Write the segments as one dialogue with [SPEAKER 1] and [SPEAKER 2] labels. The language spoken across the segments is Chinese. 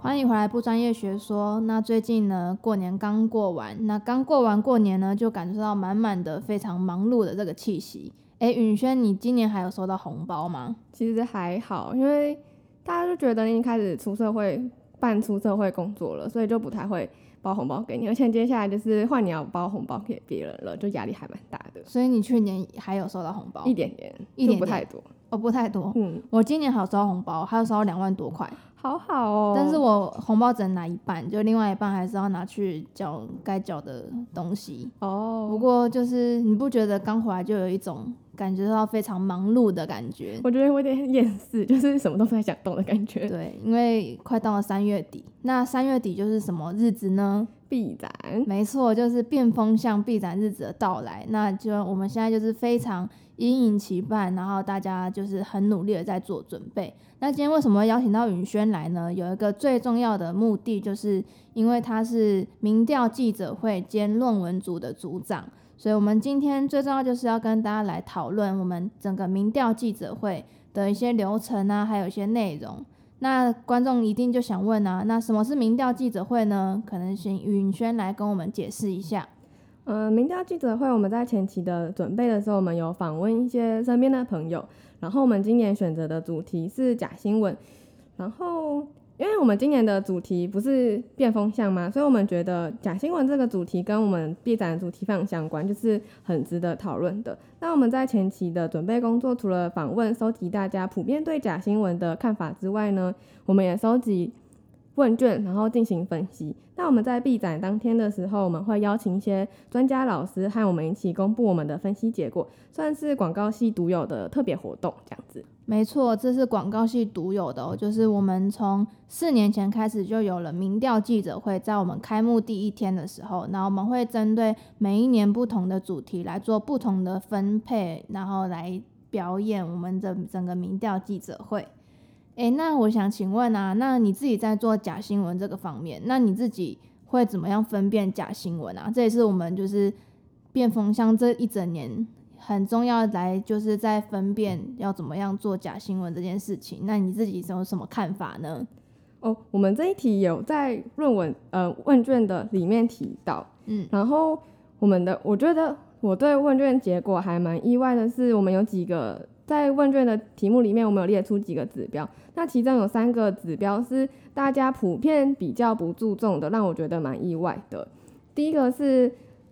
[SPEAKER 1] 欢迎回来，不专业学说。那最近呢，过年刚过完，那刚过完过年呢，就感受到满满的非常忙碌的这个气息。哎，允轩，你今年还有收到红包吗？
[SPEAKER 2] 其实还好，因为大家就觉得你一开始出社会办出社会工作了，所以就不太会包红包给你，而且接下来就是换你要包红包给别人了，就压力还蛮大的，
[SPEAKER 1] 所以你去年还有收到红包
[SPEAKER 2] 一？点点，
[SPEAKER 1] 哦一点点
[SPEAKER 2] 就不太多，
[SPEAKER 1] 哦，不太多。
[SPEAKER 2] 嗯，
[SPEAKER 1] 我今年还有收到红包，还有收到两万多块，
[SPEAKER 2] 好好哦。
[SPEAKER 1] 但是我红包只能拿一半，就另外一半还是要拿去缴该缴的东西。不
[SPEAKER 2] 哦，
[SPEAKER 1] 过就是你不觉得刚回来就有一种感觉到非常忙碌的感觉？
[SPEAKER 2] 我觉得我有点厌世，就是什么都不太想动的感觉。
[SPEAKER 1] 对，因为快到了三月底，那三月底就是什么日子呢？
[SPEAKER 2] 必然，
[SPEAKER 1] 没错，就是变风向必然日子的到来。那就我们现在就是非常殷殷期盼，然后大家就是很努力的在做准备。那今天为什么邀请到允轩来呢？有一个最重要的目的，就是因为他是民调记者会兼论文组的组长，所以我们今天最重要就是要跟大家来讨论我们整个民调记者会的一些流程啊，还有一些内容。那观众一定就想问啊，那什么是民调记者会呢？可能请允轩来跟我们解释一下。
[SPEAKER 2] 嗯、民调记者会我们在前期的准备的时候，我们有访问一些身边的朋友，然后我们今年选择的主题是假新闻，然后因为我们今年的主题不是变风向嘛，所以我们觉得假新闻这个主题跟我们必展的主题非常相关，就是很值得讨论的。那我们在前期的准备工作，除了访问收集大家普遍对假新闻的看法之外呢，我们也收集问卷，然后进行分析。那我们在闭展当天的时候，我们会邀请一些专家老师和我们一起公布我们的分析结果，算是广告系独有的特别活动这样子。
[SPEAKER 1] 没错，这是广告系独有的哦，就是我们从四年前开始就有了民调记者会，在我们开幕第一天的时候，然后我们会针对每一年不同的主题来做不同的分配，然后来表演我们的整个民调记者会。诶，那我想请问啊，那你自己在做假新闻这个方面，那你自己会怎么样分辨假新闻啊？这也是我们就是变风向这一整年很重要来，就是在分辨要怎么样做假新闻这件事情。那你自己有什么看法呢？
[SPEAKER 2] 哦，我们这一题有在论文呃问卷的里面提到，
[SPEAKER 1] 嗯，
[SPEAKER 2] 然后我们的我觉得我对问卷结果还蛮意外的是，我们有几个在问卷的题目里面，我们有列出几个指标，那其中有三个指标是大家普遍比较不注重的，让我觉得蛮意外的。第一个是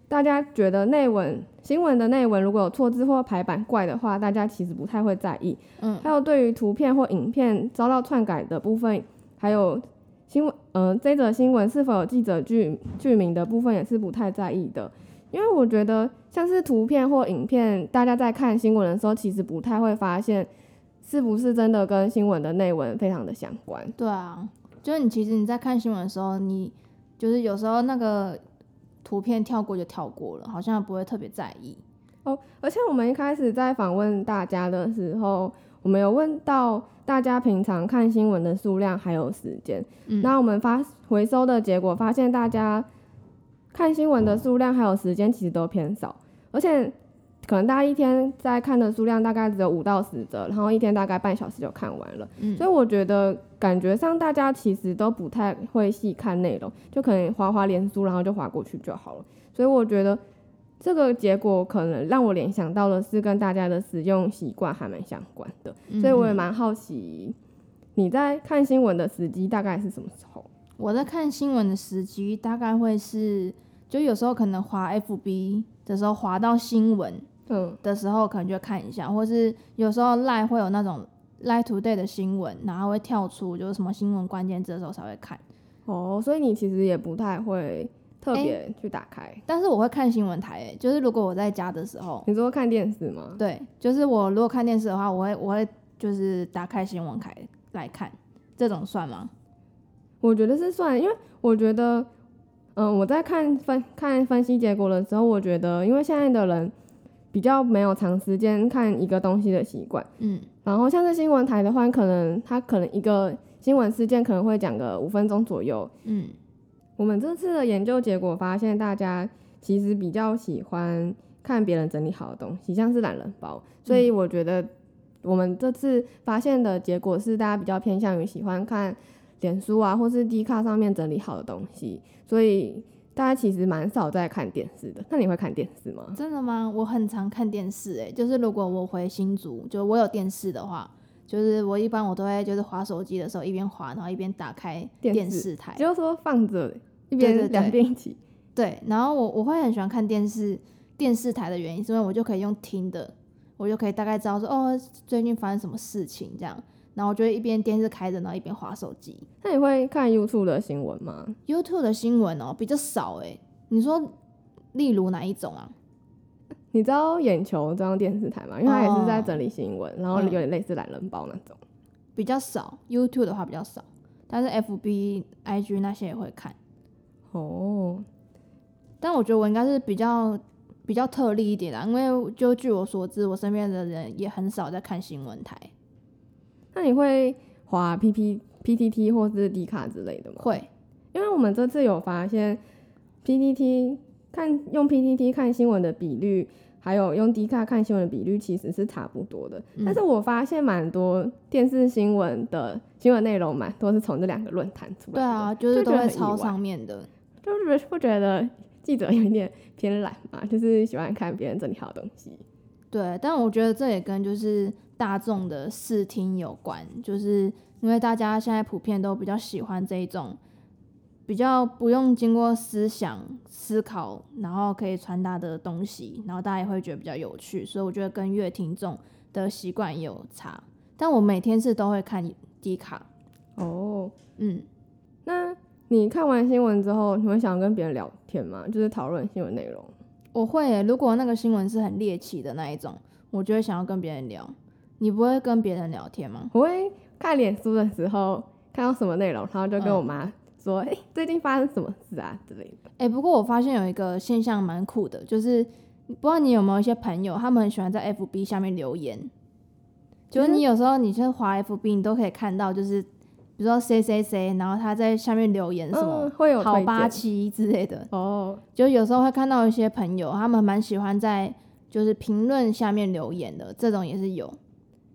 [SPEAKER 2] 大家觉得内文新闻的内文如果有错字或排版怪的话，大家其实不太会在意，
[SPEAKER 1] 嗯
[SPEAKER 2] 还有对于图片或影片遭到篡改的部分，还有新闻，呃，这则新闻是否有记者剧剧名的部分也是不太在意的，因为我觉得像是图片或影片，大家在看新闻的时候，其实不太会发现是不是真的跟新闻的内文非常的相关。
[SPEAKER 1] 对啊，就是你其实你在看新闻的时候，你就是有时候那个图片跳过就跳过了，好像不会特别在意。
[SPEAKER 2] 哦，而且我们一开始在访问大家的时候，我们有问到大家平常看新闻的数量还有时间。
[SPEAKER 1] 嗯
[SPEAKER 2] 那我们发回收的结果发现，大家看新闻的数量还有时间其实都偏少，而且可能大家一天在看的数量大概只有五到十则，然后一天大概半小时就看完了。
[SPEAKER 1] 嗯
[SPEAKER 2] 所以我觉得感觉上大家其实都不太会细看内容，就可能划划连书，然后就划过去就好了。所以我觉得这个结果可能让我联想到的是跟大家的使用习惯还蛮相关的，所以我也
[SPEAKER 1] 嗯
[SPEAKER 2] 蛮好奇你在看新闻的时机大概是什么时候？
[SPEAKER 1] 我在看新闻的时机大概会是，就有时候可能滑 FB 的时候滑到新闻，
[SPEAKER 2] 嗯，
[SPEAKER 1] 的时候，可能就看一下，或是有时候赖会有那种赖 Today 的新闻，然后会跳出就是什么新闻关键字的时候才会看。
[SPEAKER 2] 哦，所以你其实也不太会特别去打开。
[SPEAKER 1] 但是我会看新闻台、欸，就是如果我在家的时候，
[SPEAKER 2] 你说看电视吗？
[SPEAKER 1] 对，就是我如果看电视的话，我会我会就是打开新闻台来看，这种算吗？
[SPEAKER 2] 我觉得是算，因为我觉得，嗯，我在看分看分析结果的时候，我觉得，因为现在的人比较没有长时间看一个东西的习惯，
[SPEAKER 1] 嗯，
[SPEAKER 2] 然后像是新闻台的话，可能他可能一个新闻事件可能会讲个五分钟左右。
[SPEAKER 1] 嗯，
[SPEAKER 2] 我们这次的研究结果发现，大家其实比较喜欢看别人整理好的东西，像是懒人包，
[SPEAKER 1] 嗯
[SPEAKER 2] 所以我觉得我们这次发现的结果是，大家比较偏向于喜欢看脸书啊或是 D 卡上面整理好的东西，所以大家其实蛮少在看电视的。那你会看电视吗？
[SPEAKER 1] 真的吗？我很常看电视、欸，诶，就是如果我回新竹，就我有电视的话，就是我一般我都会就是划手机的时候一边划，然后一边打开
[SPEAKER 2] 电
[SPEAKER 1] 电
[SPEAKER 2] 视
[SPEAKER 1] 视台，
[SPEAKER 2] 就是说放着一
[SPEAKER 1] 对对
[SPEAKER 2] 边
[SPEAKER 1] 对
[SPEAKER 2] 两边一起，
[SPEAKER 1] 对，然后我我会很喜欢看电视电视台的原因，是因为我就可以用听的，我就可以大概知道说哦最近发生什么事情这样，然后我就会一边电视开着，然后一边划手机。
[SPEAKER 2] 那你会看 YouTube 的新闻吗？
[SPEAKER 1] YouTube 的新闻哦比较少诶、你说例如哪一种啊？
[SPEAKER 2] 你知道眼球中央电视台吗？因为它也是在
[SPEAKER 1] 哦
[SPEAKER 2] 整理新闻，然后
[SPEAKER 1] 嗯
[SPEAKER 2] 有点类似懒人包那种。
[SPEAKER 1] 比较少，YouTube 的话比较少，但是 FB、IG 那些也会看。
[SPEAKER 2] 哦，
[SPEAKER 1] 但我觉得我应该是比较比较特例一点啦，因为就据我所知，我身边的人也很少在看新闻台。
[SPEAKER 2] 那你会滑 P P P T T 或是 D 卡之类的吗？
[SPEAKER 1] 会，
[SPEAKER 2] 因为我们这次有发现 P T T 看用 P T T 看新闻的比率，还有用 D 卡看新闻的比率其实是差不多的。
[SPEAKER 1] 嗯
[SPEAKER 2] 但是我发现蛮多电视新闻的新闻内容蛮多是从这两个论坛出来的。
[SPEAKER 1] 对啊，就是
[SPEAKER 2] 就
[SPEAKER 1] 都
[SPEAKER 2] 觉得
[SPEAKER 1] 会
[SPEAKER 2] 很意
[SPEAKER 1] 超
[SPEAKER 2] 外
[SPEAKER 1] 上面的。
[SPEAKER 2] 就是不觉得记者有一点偏懒嘛，就是喜欢看别人整理好的东西。
[SPEAKER 1] 对，但我觉得这也跟就是大众的视听有关，就是因为大家现在普遍都比较喜欢这一种比较不用经过思想思考，然后可以传达的东西，然后大家也会觉得比较有趣，所以我觉得跟乐听众的习惯也有差。但我每天是都会看迪卡，
[SPEAKER 2] 哦，
[SPEAKER 1] 嗯，
[SPEAKER 2] 那你看完新闻之后，你会想跟别人聊天吗？就是讨论新闻内容。
[SPEAKER 1] 我会耶、如果那个新闻是很猎奇的那一种，我就会想要跟别人聊。你不会跟别人聊天吗？
[SPEAKER 2] 我会看脸书的时候看到什么内容，然后就跟我妈说：“哎、最近发生什么事啊之类的。
[SPEAKER 1] 哎、不过我发现有一个现象蛮酷的，就是不知道你有没有一些朋友，他们很喜欢在 FB 下面留言，就是
[SPEAKER 2] 嗯
[SPEAKER 1] 你有时候你去滑 FB，你都可以看到，就是比如说谁谁谁，然后他在下面留言”什
[SPEAKER 2] 嗯，
[SPEAKER 1] 么。
[SPEAKER 2] 会有
[SPEAKER 1] 好
[SPEAKER 2] 推
[SPEAKER 1] 八
[SPEAKER 2] 荐
[SPEAKER 1] 七之类的，
[SPEAKER 2] 哦，
[SPEAKER 1] 就有时候会看到一些朋友，他们蛮喜欢在就是评论下面留言的，这种也是有。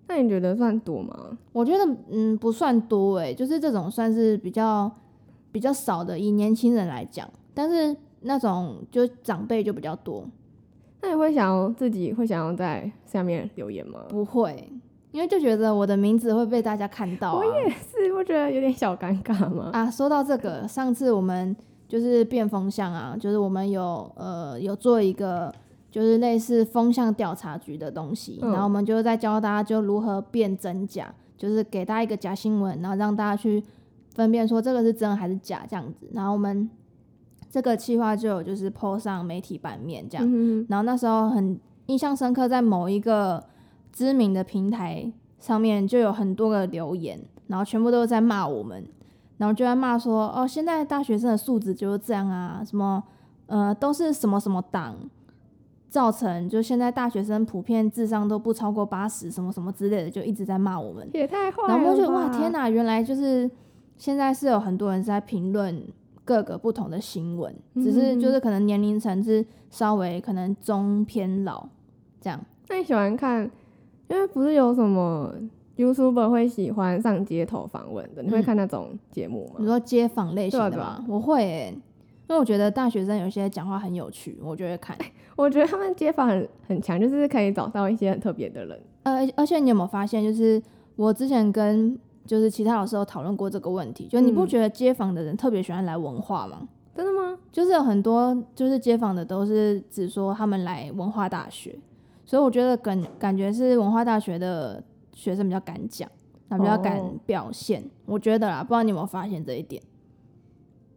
[SPEAKER 2] 那你觉得算多吗？
[SPEAKER 1] 我觉得嗯不算多诶、就是这种算是比较比较少的，以年轻人来讲，但是那种就长辈就比较多。
[SPEAKER 2] 那你会想要自己会想要在下面留言吗？
[SPEAKER 1] 不会，因为就觉得我的名字会被大家看到啊。
[SPEAKER 2] 我也是，不觉得有点小尴尬吗？
[SPEAKER 1] 啊，说到这个，上次我们就是变风向啊，就是我们有呃有做一个就是类似风向调查局的东西，
[SPEAKER 2] 嗯
[SPEAKER 1] 然后我们就在教大家就如何辨真假，就是给大家一个假新闻，然后让大家去分辨说这个是真还是假这样子。然后我们这个计划就有就是 PO 上媒体版面这样，
[SPEAKER 2] 嗯
[SPEAKER 1] 然后那时候很印象深刻，在某一个知名的平台上面就有很多个留言，然后全部都是在骂我们，然后就在骂说哦，现在大学生的素质就是这样啊，什么呃都是什么什么党造成，就现在大学生普遍智商都不超过八十，什么什么之类的，就一直在骂我们。
[SPEAKER 2] 也太坏了吧！
[SPEAKER 1] 然后我就觉得哇，天哪，原来就是现在是有很多人是在评论各个不同的新闻，只是
[SPEAKER 2] 嗯
[SPEAKER 1] 就是可能年龄层是稍微可能中偏老这样。
[SPEAKER 2] 那你喜欢看？因为不是有什么 YouTuber 会喜欢上街头访问的，你会
[SPEAKER 1] 嗯
[SPEAKER 2] 看那种节目
[SPEAKER 1] 你
[SPEAKER 2] 吗？
[SPEAKER 1] 说街访类型的
[SPEAKER 2] 对啊
[SPEAKER 1] 吗？我会、欸，因为我觉得大学生有些讲话很有趣，我就会看。
[SPEAKER 2] 我觉得他们街访很很强，就是可以找到一些很特别的人。
[SPEAKER 1] 呃，而且你有没有发现，就是我之前跟就是其他老师有讨论过这个问题，就你不
[SPEAKER 2] 嗯
[SPEAKER 1] 觉得街访的人特别喜欢来文化吗？
[SPEAKER 2] 真的吗？
[SPEAKER 1] 就是有很多就是街访的都是只说他们来文化大学，所以我觉得感感觉是文化大学的学生比较敢讲，那比较敢
[SPEAKER 2] 哦
[SPEAKER 1] 表现，我觉得啦，不知道你有没有发现这一点？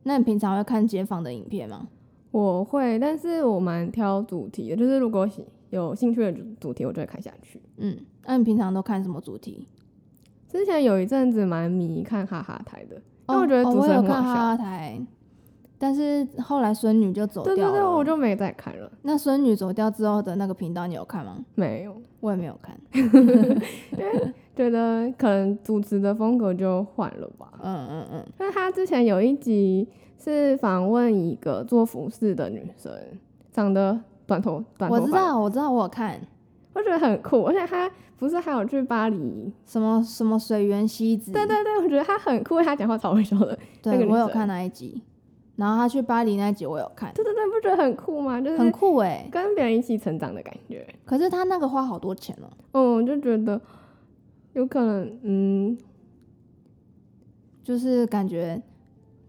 [SPEAKER 1] 那你平常会看街访的影片吗？
[SPEAKER 2] 我会，但是我蛮挑主题的，就是如果喜有兴趣的主主题，我就会看下去。
[SPEAKER 1] 嗯，那你平常都看什么主题？
[SPEAKER 2] 之前有一阵子蛮迷看哈哈台的，因
[SPEAKER 1] 哦
[SPEAKER 2] 为我觉得
[SPEAKER 1] 哦
[SPEAKER 2] 主
[SPEAKER 1] 我
[SPEAKER 2] 持人
[SPEAKER 1] 有
[SPEAKER 2] 很
[SPEAKER 1] 看
[SPEAKER 2] 好笑。
[SPEAKER 1] 哈哈台，但是后来孙女就走掉
[SPEAKER 2] 对
[SPEAKER 1] 了。
[SPEAKER 2] 对对，我就没再看了，
[SPEAKER 1] 那孙女走掉之后的那个频道你有看吗？
[SPEAKER 2] 没有，
[SPEAKER 1] 我也没有看。
[SPEAKER 2] 觉得可能主持的风格就换了吧。
[SPEAKER 1] 嗯嗯嗯，
[SPEAKER 2] 因为他之前有一集是访问一个做服饰的女生，长得短头短头
[SPEAKER 1] 我
[SPEAKER 2] 发
[SPEAKER 1] 知，道，我知道，我有看。
[SPEAKER 2] 我觉得很酷，而且他不是还有去巴黎？
[SPEAKER 1] 什么什么水源希子，
[SPEAKER 2] 对对对，我觉得他很酷，他讲话超会笑的。
[SPEAKER 1] 对，
[SPEAKER 2] 那个女
[SPEAKER 1] 我有
[SPEAKER 2] 生
[SPEAKER 1] 看那一集，然后他去巴黎那一集我有看，
[SPEAKER 2] 对对对，不觉得很酷吗？就
[SPEAKER 1] 很
[SPEAKER 2] 是
[SPEAKER 1] 酷哎、
[SPEAKER 2] 跟别人一起成长的感觉。
[SPEAKER 1] 可是他那个花好多钱哦、
[SPEAKER 2] 嗯，我就觉得有可能，嗯，
[SPEAKER 1] 就是感觉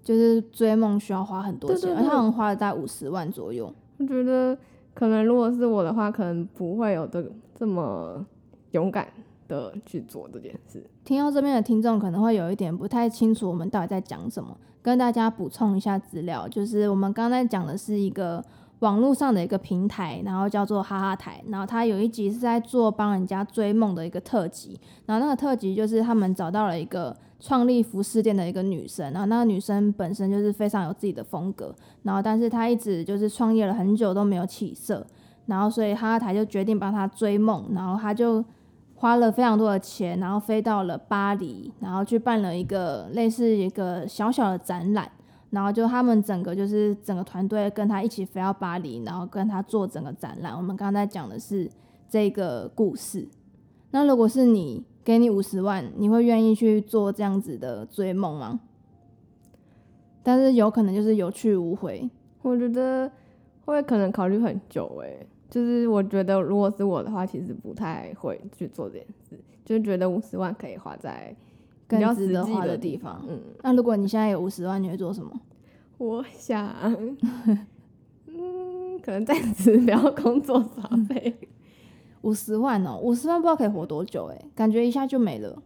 [SPEAKER 1] 就是追梦需要花很多
[SPEAKER 2] 对
[SPEAKER 1] 钱，
[SPEAKER 2] 对
[SPEAKER 1] 而且他
[SPEAKER 2] 对
[SPEAKER 1] 好像花了大概五十万左右。
[SPEAKER 2] 我觉得可能如果是我的话，可能不会有这个这么勇敢的去做这件事。
[SPEAKER 1] 听到这边的听众可能会有一点不太清楚我们到底在讲什么，跟大家补充一下资料，就是我们刚才讲的是一个网络上的一个平台，然后叫做哈哈台，然后它有一集是在做帮人家追梦的一个特辑，然后那个特辑就是他们找到了一个创立服饰店的一个女生，然后那个女生本身就是非常有自己的风格，然后但是她一直就是创业了很久都没有起色，然后所以哈哈台就决定帮她追梦，然后她就。花了非常多的钱，然后飞到了巴黎，然后去办了一个类似一个小小的展览，然后就他们整个就是整个团队跟他一起飞到巴黎，然后跟他做整个展览。我们刚才讲的是这个故事。那如果是你，给你五十万，你会愿意去做这样子的追梦吗？但是有可能就是有去无回，
[SPEAKER 2] 我觉得会可能考虑很久诶、就是我觉得如果是我的话，其实不太会去做这件事，就是觉得五十万可以花在比较
[SPEAKER 1] 更
[SPEAKER 2] 实
[SPEAKER 1] 值
[SPEAKER 2] 际
[SPEAKER 1] 得花
[SPEAKER 2] 的
[SPEAKER 1] 的地方。
[SPEAKER 2] 嗯，
[SPEAKER 1] 那如果你现在有五十万，你会做什么？
[SPEAKER 2] 我想，嗯，可能暂时不要工 作耍废。
[SPEAKER 1] 五十万哦，五十万不知道可以活多久哎、感觉一下就没了。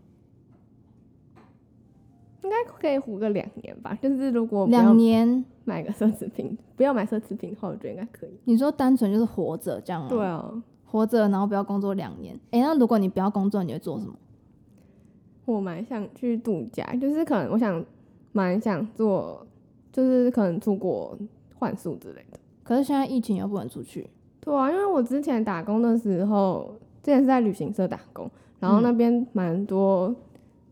[SPEAKER 2] 应该可以活个两年吧，就是如果不要
[SPEAKER 1] 两年，
[SPEAKER 2] 买个奢侈品，不要买奢侈品的话，我觉得应该可以。
[SPEAKER 1] 你说单纯就是活着这样吗？
[SPEAKER 2] 对，啊，
[SPEAKER 1] 活着然后不要工作两年。哎、那如果你不要工作，你会做什么？
[SPEAKER 2] 我蛮想去度假，就是可能我想蛮想做，就是可能出国换宿之类的。
[SPEAKER 1] 可是现在疫情又不能出去，
[SPEAKER 2] 对啊，因为我之前打工的时候，之前是在旅行社打工，然后那
[SPEAKER 1] 嗯
[SPEAKER 2] 边蛮多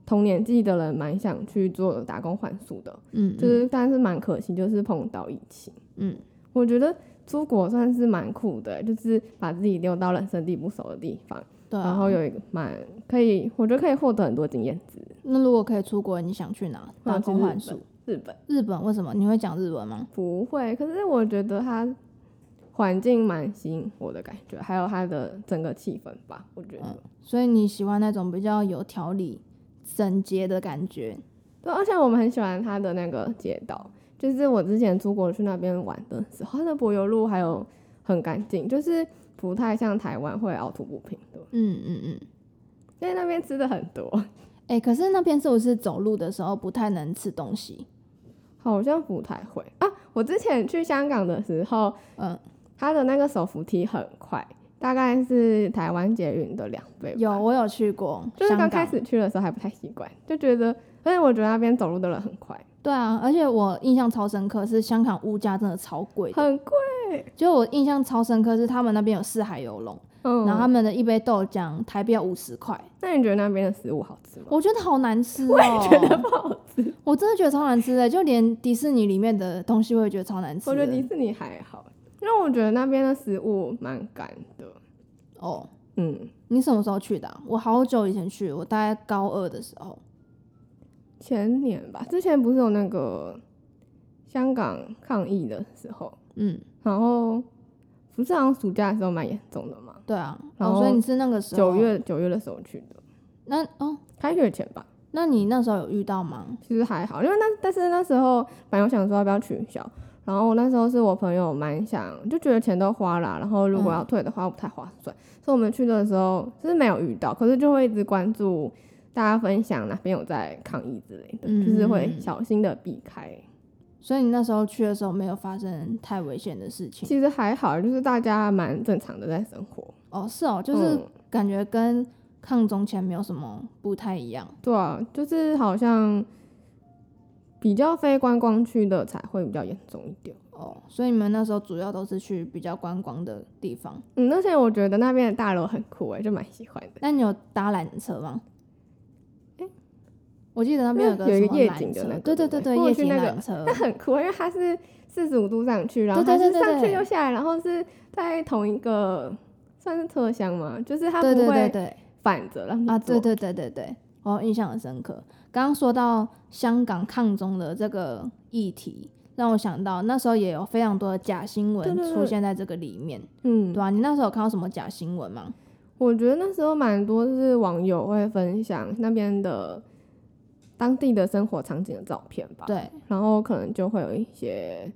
[SPEAKER 2] 同年纪的人蛮想去做打工换宿的，
[SPEAKER 1] 嗯，嗯
[SPEAKER 2] 就是但是蛮可惜，就是碰到疫情。
[SPEAKER 1] 嗯，
[SPEAKER 2] 我觉得出国算是蛮酷的，欸就是把自己丢到人生地不熟的地方，
[SPEAKER 1] 对、啊。
[SPEAKER 2] 然后有一个蛮可以，我觉得可以获得很多经验值。
[SPEAKER 1] 那如果可以出国，你想去哪？
[SPEAKER 2] 我
[SPEAKER 1] 打
[SPEAKER 2] 想去
[SPEAKER 1] 工换
[SPEAKER 2] 日本
[SPEAKER 1] 宿？
[SPEAKER 2] 日本
[SPEAKER 1] 日本为什么？你会讲日文吗？
[SPEAKER 2] 不会，可是我觉得它环境蛮吸引我的感觉，还有它的整个气氛吧，我觉得。
[SPEAKER 1] 嗯所以你喜欢那种比较有条理、整洁的感觉。
[SPEAKER 2] 对，而且我们很喜欢它的那个街道，就是我之前出国去那边玩的时候，它的柏油路还有很干净，就是不太像台湾会凹凸不平的。
[SPEAKER 1] 嗯嗯嗯。
[SPEAKER 2] 因为那边吃的很多，
[SPEAKER 1] 哎、可是那边是不是走路的时候不太能吃东西？
[SPEAKER 2] 好像不太会啊。我之前去香港的时候，
[SPEAKER 1] 嗯，
[SPEAKER 2] 它的那个手扶梯很快，大概是台湾捷运的两倍吧。
[SPEAKER 1] 有，我有去过，
[SPEAKER 2] 就是刚
[SPEAKER 1] 香
[SPEAKER 2] 开
[SPEAKER 1] 港。
[SPEAKER 2] 始去的时候还不太习惯，就觉得，而且我觉得那边走路的人很快，
[SPEAKER 1] 对啊，而且我印象超深刻是香港物价真的超贵的，
[SPEAKER 2] 很贵。
[SPEAKER 1] 就我印象超深刻是他们那边有四海游龙，
[SPEAKER 2] 嗯，
[SPEAKER 1] 然后他们的一杯豆浆台币要五十块，
[SPEAKER 2] 那你觉得那边的食物好吃吗？
[SPEAKER 1] 我觉得好难吃哦、
[SPEAKER 2] 觉得不好吃，
[SPEAKER 1] 我真的觉得超难吃的，就连迪士尼里面的东西我也觉得超难吃的。
[SPEAKER 2] 我觉得迪士尼还好，因为我觉得那边的食物蛮干的。
[SPEAKER 1] 哦，
[SPEAKER 2] 嗯，
[SPEAKER 1] 你什么时候去的啊、我好久以前去，我大概高二的时候。
[SPEAKER 2] 前年吧，之前不是有那个香港抗疫的时候，
[SPEAKER 1] 嗯，
[SPEAKER 2] 然后不是好像暑假的时候蛮严重的嘛，
[SPEAKER 1] 对啊，
[SPEAKER 2] 然
[SPEAKER 1] 哦，
[SPEAKER 2] 后
[SPEAKER 1] 所以你是那个时候
[SPEAKER 2] 九？月九月的时候去的，
[SPEAKER 1] 那哦，
[SPEAKER 2] 开学前吧。
[SPEAKER 1] 那你那时候有遇到吗？
[SPEAKER 2] 其实还好，因为那但是那时候本来我想说要不要取消，然后那时候是我朋友蛮想，就觉得钱都花了，然后如果要退的话不太划算，所以我们去的时候就是没有遇到，可是就会一直关注大家分享哪边有在抗议之类的，
[SPEAKER 1] 嗯
[SPEAKER 2] 就是会小心的避开。
[SPEAKER 1] 所以你那时候去的时候没有发生太危险的事情。
[SPEAKER 2] 其实还好，就是大家蛮正常的在生活，
[SPEAKER 1] 哦，是哦，就是
[SPEAKER 2] 嗯
[SPEAKER 1] 感觉跟抗中前没有什么不太一样。
[SPEAKER 2] 对啊，就是好像比较非观光区的才会比较严重一点。
[SPEAKER 1] 哦，所以你们那时候主要都是去比较观光的地方。
[SPEAKER 2] 嗯，而且我觉得那边的大楼很酷欸诶、就蛮喜欢的。
[SPEAKER 1] 那你有搭缆车吗？我记得那边有个
[SPEAKER 2] 有一
[SPEAKER 1] 什
[SPEAKER 2] 个
[SPEAKER 1] 么
[SPEAKER 2] 夜
[SPEAKER 1] 缆
[SPEAKER 2] 景的
[SPEAKER 1] 车
[SPEAKER 2] 那个
[SPEAKER 1] 对对对
[SPEAKER 2] 对不
[SPEAKER 1] 对，
[SPEAKER 2] 对我
[SPEAKER 1] 夜
[SPEAKER 2] 去
[SPEAKER 1] 景
[SPEAKER 2] 那个
[SPEAKER 1] 缆 车
[SPEAKER 2] 那。很酷，啊因为它是四十五度上去，然后
[SPEAKER 1] 对
[SPEAKER 2] 它
[SPEAKER 1] 对
[SPEAKER 2] 是
[SPEAKER 1] 对对
[SPEAKER 2] 上去
[SPEAKER 1] 对
[SPEAKER 2] 又下来，然后是在同一个算是特香嘛，就是它
[SPEAKER 1] 对
[SPEAKER 2] 不
[SPEAKER 1] 对对
[SPEAKER 2] 会
[SPEAKER 1] 对
[SPEAKER 2] 反着让你
[SPEAKER 1] 啊，对
[SPEAKER 2] 做
[SPEAKER 1] 对对对对，我印象很深刻。刚刚说到香港抗中的这个议题，让我想到那时候也有非常多的假新闻
[SPEAKER 2] 对对对
[SPEAKER 1] 出现在这个里面，
[SPEAKER 2] 嗯
[SPEAKER 1] 对，啊，你那时候有看到什么假新闻吗？
[SPEAKER 2] 我觉得那时候蛮多就是网友会分享那边的当地的生活场景的照片吧，，
[SPEAKER 1] 对
[SPEAKER 2] 然后可能就会有一些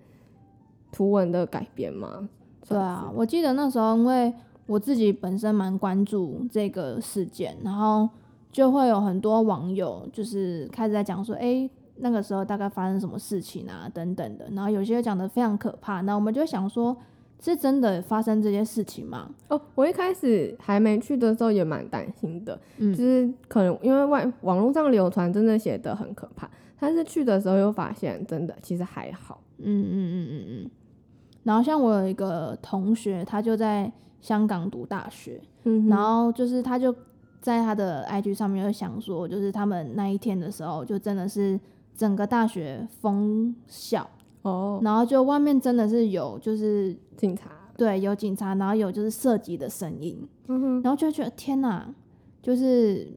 [SPEAKER 2] 图文的改编嘛，
[SPEAKER 1] 对
[SPEAKER 2] 算
[SPEAKER 1] 啊，
[SPEAKER 2] 是，
[SPEAKER 1] 我记得那时候因为我自己本身蛮关注这个事件，然后就会有很多网友就是开始在讲说，哎、那个时候大概发生什么事情啊，等等的，然后有些讲的非常可怕，那我们就会想说，是真的发生这些事情吗？
[SPEAKER 2] 哦，我一开始还没去的时候也蛮担心的，
[SPEAKER 1] 嗯
[SPEAKER 2] 就是可能因为外网络上流传真的写的很可怕，但是去的时候又发现真的其实还好，
[SPEAKER 1] 嗯嗯嗯嗯嗯。然后像我有一个同学，他就在香港读大学，
[SPEAKER 2] 嗯
[SPEAKER 1] 然后就是他就在他的 IG 上面就想说，就是他们那一天的时候，就真的是整个大学封校，
[SPEAKER 2] 哦，
[SPEAKER 1] 然后就外面真的是有就是
[SPEAKER 2] 警察，
[SPEAKER 1] 对有警察，然后有就是射击的声音，
[SPEAKER 2] 嗯哼，
[SPEAKER 1] 然后就觉得天哪，就是。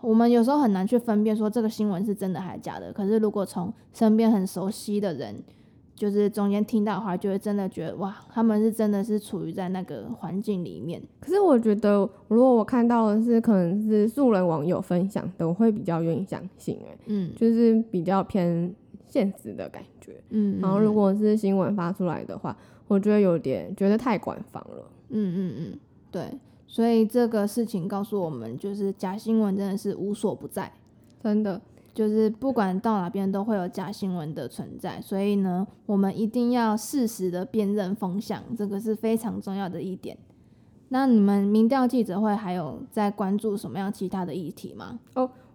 [SPEAKER 1] 我们有时候很难去分辨说这个新闻是真的还是假的，可是如果从身边很熟悉的人，就是中间听到的话，就会真的觉得哇，他们是真的是处于在那个环境里面，
[SPEAKER 2] 可是我觉得，如果我看到的是可能是素人网友分享的，我会比较愿意相信、欸，
[SPEAKER 1] 嗯
[SPEAKER 2] 就是比较偏现实的感觉。
[SPEAKER 1] 嗯。
[SPEAKER 2] 然后
[SPEAKER 1] 嗯
[SPEAKER 2] 如果是新闻发出来的话，我觉得有点觉得太官方了。
[SPEAKER 1] 嗯嗯嗯，对，所以这个事情告诉我们，就是假新闻真的是无所不在，
[SPEAKER 2] 真的，
[SPEAKER 1] 就是不管到哪边都会有假新闻的存在，所以呢，我们一定要适时的辨认风向，这个是非常重要的一点。那你们民调记者会还有在关注什么样其他的议题吗？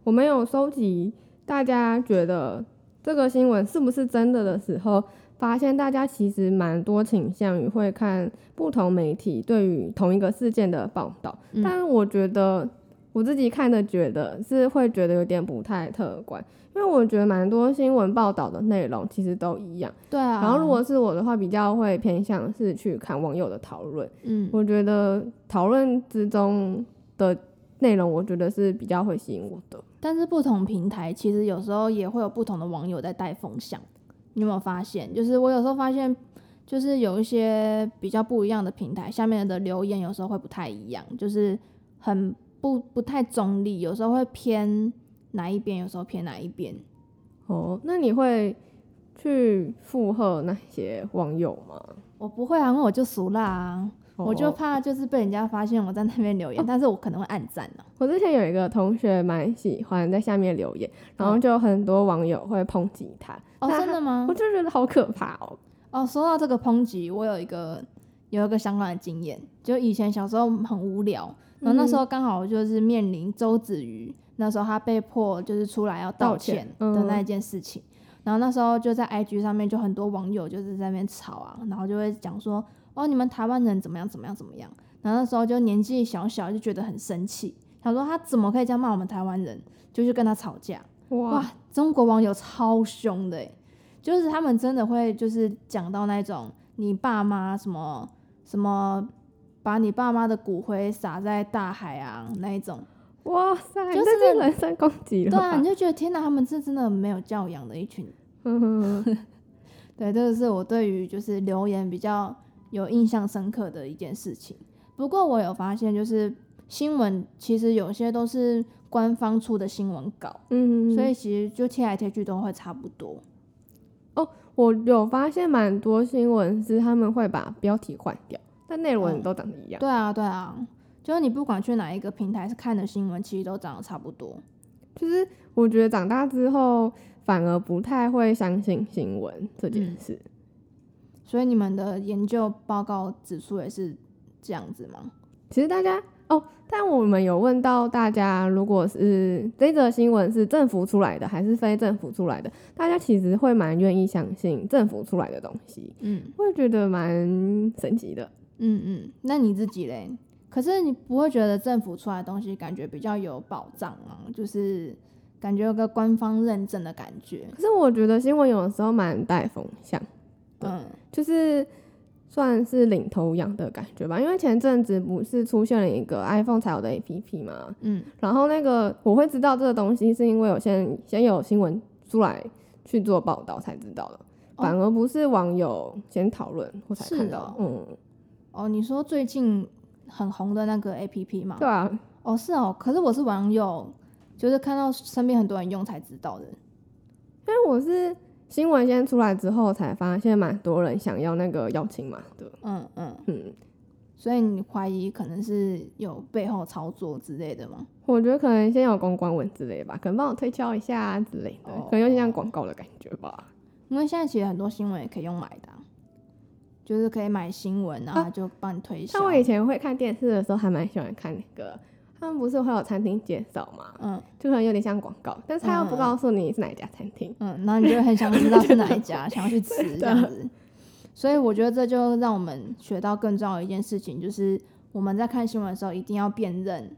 [SPEAKER 2] 我们有收集大家觉得这个新闻是不是真的的时候，发现大家其实蛮多倾向于会看不同媒体对于同一个事件的报道，
[SPEAKER 1] 嗯
[SPEAKER 2] 但我觉得我自己看的觉得是会觉得有点不太客观，因为我觉得蛮多新闻报道的内容其实都一样，
[SPEAKER 1] 对啊，
[SPEAKER 2] 然后如果是我的话，比较会偏向是去看网友的讨论，
[SPEAKER 1] 嗯
[SPEAKER 2] 我觉得讨论之中的内容，我觉得是比较会吸引我的。
[SPEAKER 1] 但是不同平台其实有时候也会有不同的网友在带风向，你有没有发现？就是我有时候发现，就是有一些比较不一样的平台下面的留言有时候会不太一样，就是很不不太中立，有时候会偏哪一边，有时候偏哪一边。
[SPEAKER 2] 哦，那你会去附和那些网友吗？
[SPEAKER 1] 我不会啊，因为我就熟啦、啊，我就
[SPEAKER 2] 哦
[SPEAKER 1] 怕就是被人家发现我在那边留 言，但是我可能会暗赞啊。
[SPEAKER 2] 我之前有一个同学蛮喜欢在下面留言，然后
[SPEAKER 1] 嗯
[SPEAKER 2] 就有很多网友会抨击他。
[SPEAKER 1] 哦，
[SPEAKER 2] 那
[SPEAKER 1] 真
[SPEAKER 2] 他
[SPEAKER 1] 的吗
[SPEAKER 2] 我？就觉得好可怕哦。
[SPEAKER 1] 哦，说到这个抨击，我有一个有一个相关的经验，就以前小时候很无聊，然后那
[SPEAKER 2] 嗯
[SPEAKER 1] 时候刚好就是面临周子瑜，那时候他被迫就是出来要道
[SPEAKER 2] 道歉嗯
[SPEAKER 1] 歉的那一件事情，然后那时候就在 IG 上面就很多网友就是在那边吵啊，然后就会讲说哦你们台湾人怎么样怎么样怎么样，然后那时候就年纪小小就觉得很生气，想说他怎么可以这样骂我们台湾人，就去跟他吵架，哇，中国网友超凶的欸，就是他们真的会就是讲到那种你爸妈什么什么，把你爸妈的骨灰撒在大海啊那一种，
[SPEAKER 2] 哇塞，
[SPEAKER 1] 就是
[SPEAKER 2] 这是
[SPEAKER 1] 那
[SPEAKER 2] 人身攻击了
[SPEAKER 1] 对啊，
[SPEAKER 2] 吧
[SPEAKER 1] 你？就觉得天哪，他们是真的没有教养的一群。
[SPEAKER 2] 嗯，
[SPEAKER 1] 对，这个是我对于就是留言比较有印象深刻的一件事情。不过我有发现，就是新闻其实有些都是官方出的新闻稿，
[SPEAKER 2] 嗯
[SPEAKER 1] 所以其实就贴来贴去都会差不多。
[SPEAKER 2] 我有发现蛮多新闻是他们会把标题换掉，但内容
[SPEAKER 1] 嗯
[SPEAKER 2] 都长得一样。
[SPEAKER 1] 对啊，对啊，就是你不管去哪一个平台是看的新闻，其实都长得差不多。
[SPEAKER 2] 就是我觉得长大之后反而不太会相信新闻这
[SPEAKER 1] 嗯
[SPEAKER 2] 件事。
[SPEAKER 1] 所以你们的研究报告指出也是这样子吗？
[SPEAKER 2] 其实大家哦，但我们有问到大家，如果是这则新闻是政府出来的还是非政府出来的，大家其实会蛮愿意相信政府出来的东西，
[SPEAKER 1] 嗯
[SPEAKER 2] 我也觉得蛮神奇的。
[SPEAKER 1] 嗯嗯，那你自己嘞？可是你不会觉得政府出来的东西感觉比较有保障吗？就是感觉有个官方认证的感觉。
[SPEAKER 2] 可是我觉得新闻有的时候蛮带风向，对
[SPEAKER 1] 嗯
[SPEAKER 2] 就是算是领头羊的感觉吧，因为前阵子不是出现了一个 iPhone 才有的 APP 嘛，
[SPEAKER 1] 嗯，
[SPEAKER 2] 然后那个我会知道这个东西，是因为有先先有新闻出来去做报道才知道的，
[SPEAKER 1] 哦
[SPEAKER 2] 反而不是网友先讨论我才
[SPEAKER 1] 是
[SPEAKER 2] 看到。嗯，
[SPEAKER 1] 哦，你说最近很红的那个 A P P 嘛？
[SPEAKER 2] 对啊，
[SPEAKER 1] 哦，是哦，可是我是网友，就是看到身边很多人用才知道的。
[SPEAKER 2] 因为我是新闻先出来之后才发现，蛮多人想要那个邀请码的。
[SPEAKER 1] 嗯嗯，
[SPEAKER 2] 嗯，
[SPEAKER 1] 所以你怀疑可能是有背后操作之类的吗？
[SPEAKER 2] 我觉得可能先有公关文之类的吧，可能帮我推敲一下之类的，
[SPEAKER 1] 哦
[SPEAKER 2] 可能有点像广告的感觉吧。
[SPEAKER 1] 因为现在其实很多新闻也可以用买的啊、就是可以买新闻，然后
[SPEAKER 2] 啊
[SPEAKER 1] 它就帮你推销。
[SPEAKER 2] 像我以前会看电视的时候，还蛮喜欢看那个，他们不是会有餐厅介绍嘛，
[SPEAKER 1] 嗯
[SPEAKER 2] 就可能有点像广告，但是他又
[SPEAKER 1] 嗯嗯
[SPEAKER 2] 不
[SPEAKER 1] 嗯
[SPEAKER 2] 告诉你是哪一家餐厅。
[SPEAKER 1] 嗯，然后你就会很想知道是哪一家，想要去吃这样子。所以我觉得这就让我们学到更重要的一件事情，就是我们在看新闻的时候一定要辨认，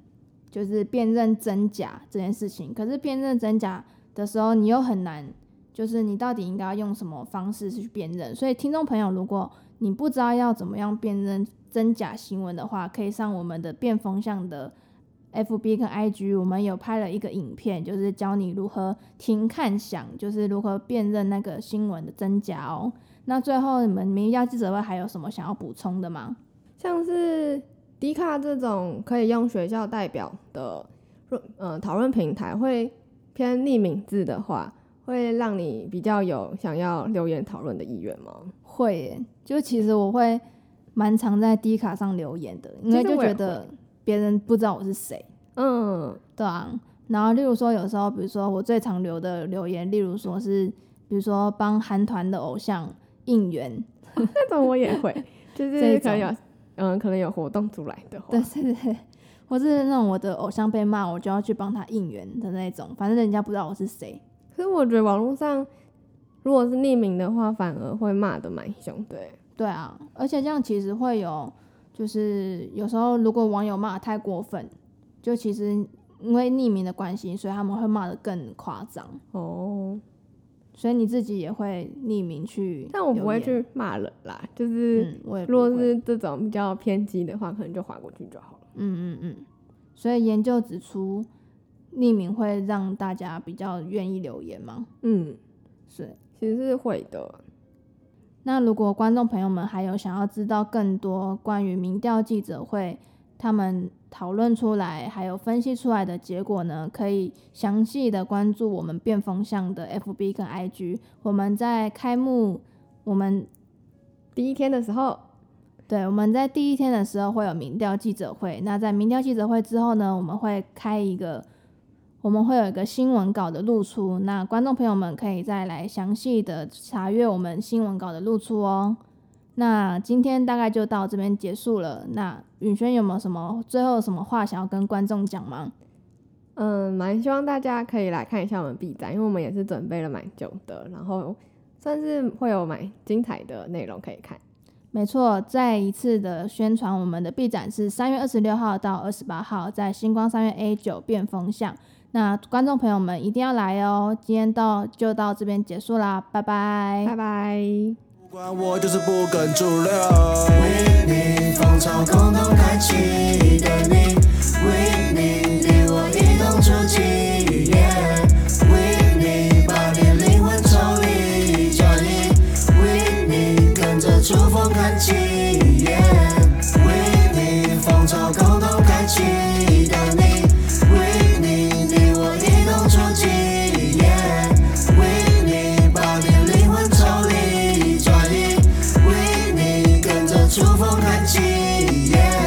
[SPEAKER 1] 就是辨认真假这件事情。可是辨认真假的时候，你又很难，就是你到底应该要用什么方式去辨认。所以听众朋友，如果你不知道要怎么样辨认真假新闻的话，可以上我们的变风向的 FB 跟 IG，我们有拍了一个影片，就是教你如何听、看、想，就是如何辨认那个新闻的真假哦。那最后，你们民意调记者会还有什么想要补充的吗？
[SPEAKER 2] 像是迪卡这种可以用学校代表的论呃讨论平台，会偏匿名制的话，会让你比较有想要留言讨论的意愿吗？
[SPEAKER 1] 会耶，就其实我会蛮常在 D 卡上留言的，因为
[SPEAKER 2] 其实
[SPEAKER 1] 就
[SPEAKER 2] 我
[SPEAKER 1] 觉
[SPEAKER 2] 也
[SPEAKER 1] 得别人不知道我是谁，
[SPEAKER 2] 嗯，
[SPEAKER 1] 对啊。然后，例如说，有时候，比如说我最常留的留言，例如说是，比如说帮韩团的偶像应援，
[SPEAKER 2] 那种我也会， 就
[SPEAKER 1] 这
[SPEAKER 2] 是
[SPEAKER 1] 种
[SPEAKER 2] 可能有嗯，可能有活动出来的话，
[SPEAKER 1] 对对对，或是那种我的偶像被骂，我就要去帮他应援的那种，反正人家不知道我是谁。
[SPEAKER 2] 可是我觉得网络上如果是匿名的话，反而会骂的蛮凶的欸。
[SPEAKER 1] 对啊，而且这样其实会有，就是有时候如果网友骂得太过分，就其实因为匿名的关系，所以他们会骂得更夸张，
[SPEAKER 2] 哦，
[SPEAKER 1] 所以你自己也会匿名去，
[SPEAKER 2] 但我不会，去骂人啦，就是
[SPEAKER 1] 嗯，我也不
[SPEAKER 2] 如果
[SPEAKER 1] 会
[SPEAKER 2] 是这种比较偏激的话，可能就划过去就好了。
[SPEAKER 1] 嗯嗯嗯，所以研究指出，匿名会让大家比较愿意留言吗？
[SPEAKER 2] 嗯，
[SPEAKER 1] 是，
[SPEAKER 2] 其实是会的。
[SPEAKER 1] 那如果观众朋友们还有想要知道更多关于民调记者会他们讨论出来还有分析出来的结果呢，可以详细的关注我们变风向的 FB 跟 IG。我们在开幕，我们
[SPEAKER 2] 第一天的时候，
[SPEAKER 1] 对我们在第一天的时候会有民调记者会。那在民调记者会之后呢，我们会开一个。我们会有一个新闻稿的露出，那观众朋友们可以再来详细的查阅我们新闻稿的露出哦。那今天大概就到这边结束了。那允轩有没有什么最后有什么话想要跟观众讲吗？
[SPEAKER 2] 嗯，蛮希望大家可以来看一下我们 B 站，因为我们也是准备了蛮久的，然后算是会有蛮精彩的内容可以看。
[SPEAKER 1] 没错，再一次的宣传，我们的 B 展是三月二十六号到二十八号在星光三月 A 九变风向。那观众朋友们一定要来哦！今天到就到这边结束啦，拜拜
[SPEAKER 2] 拜拜。
[SPEAKER 3] 不管我就是不跟主流。为民风潮共同开启革命，为民敌我一动出击。为民把你灵魂抽离脚印，为民跟着主风看齐。为民风潮共同开启革命，为民敌我一动出击。为你把你灵魂抽离转移，为你跟着出风看起。Yeah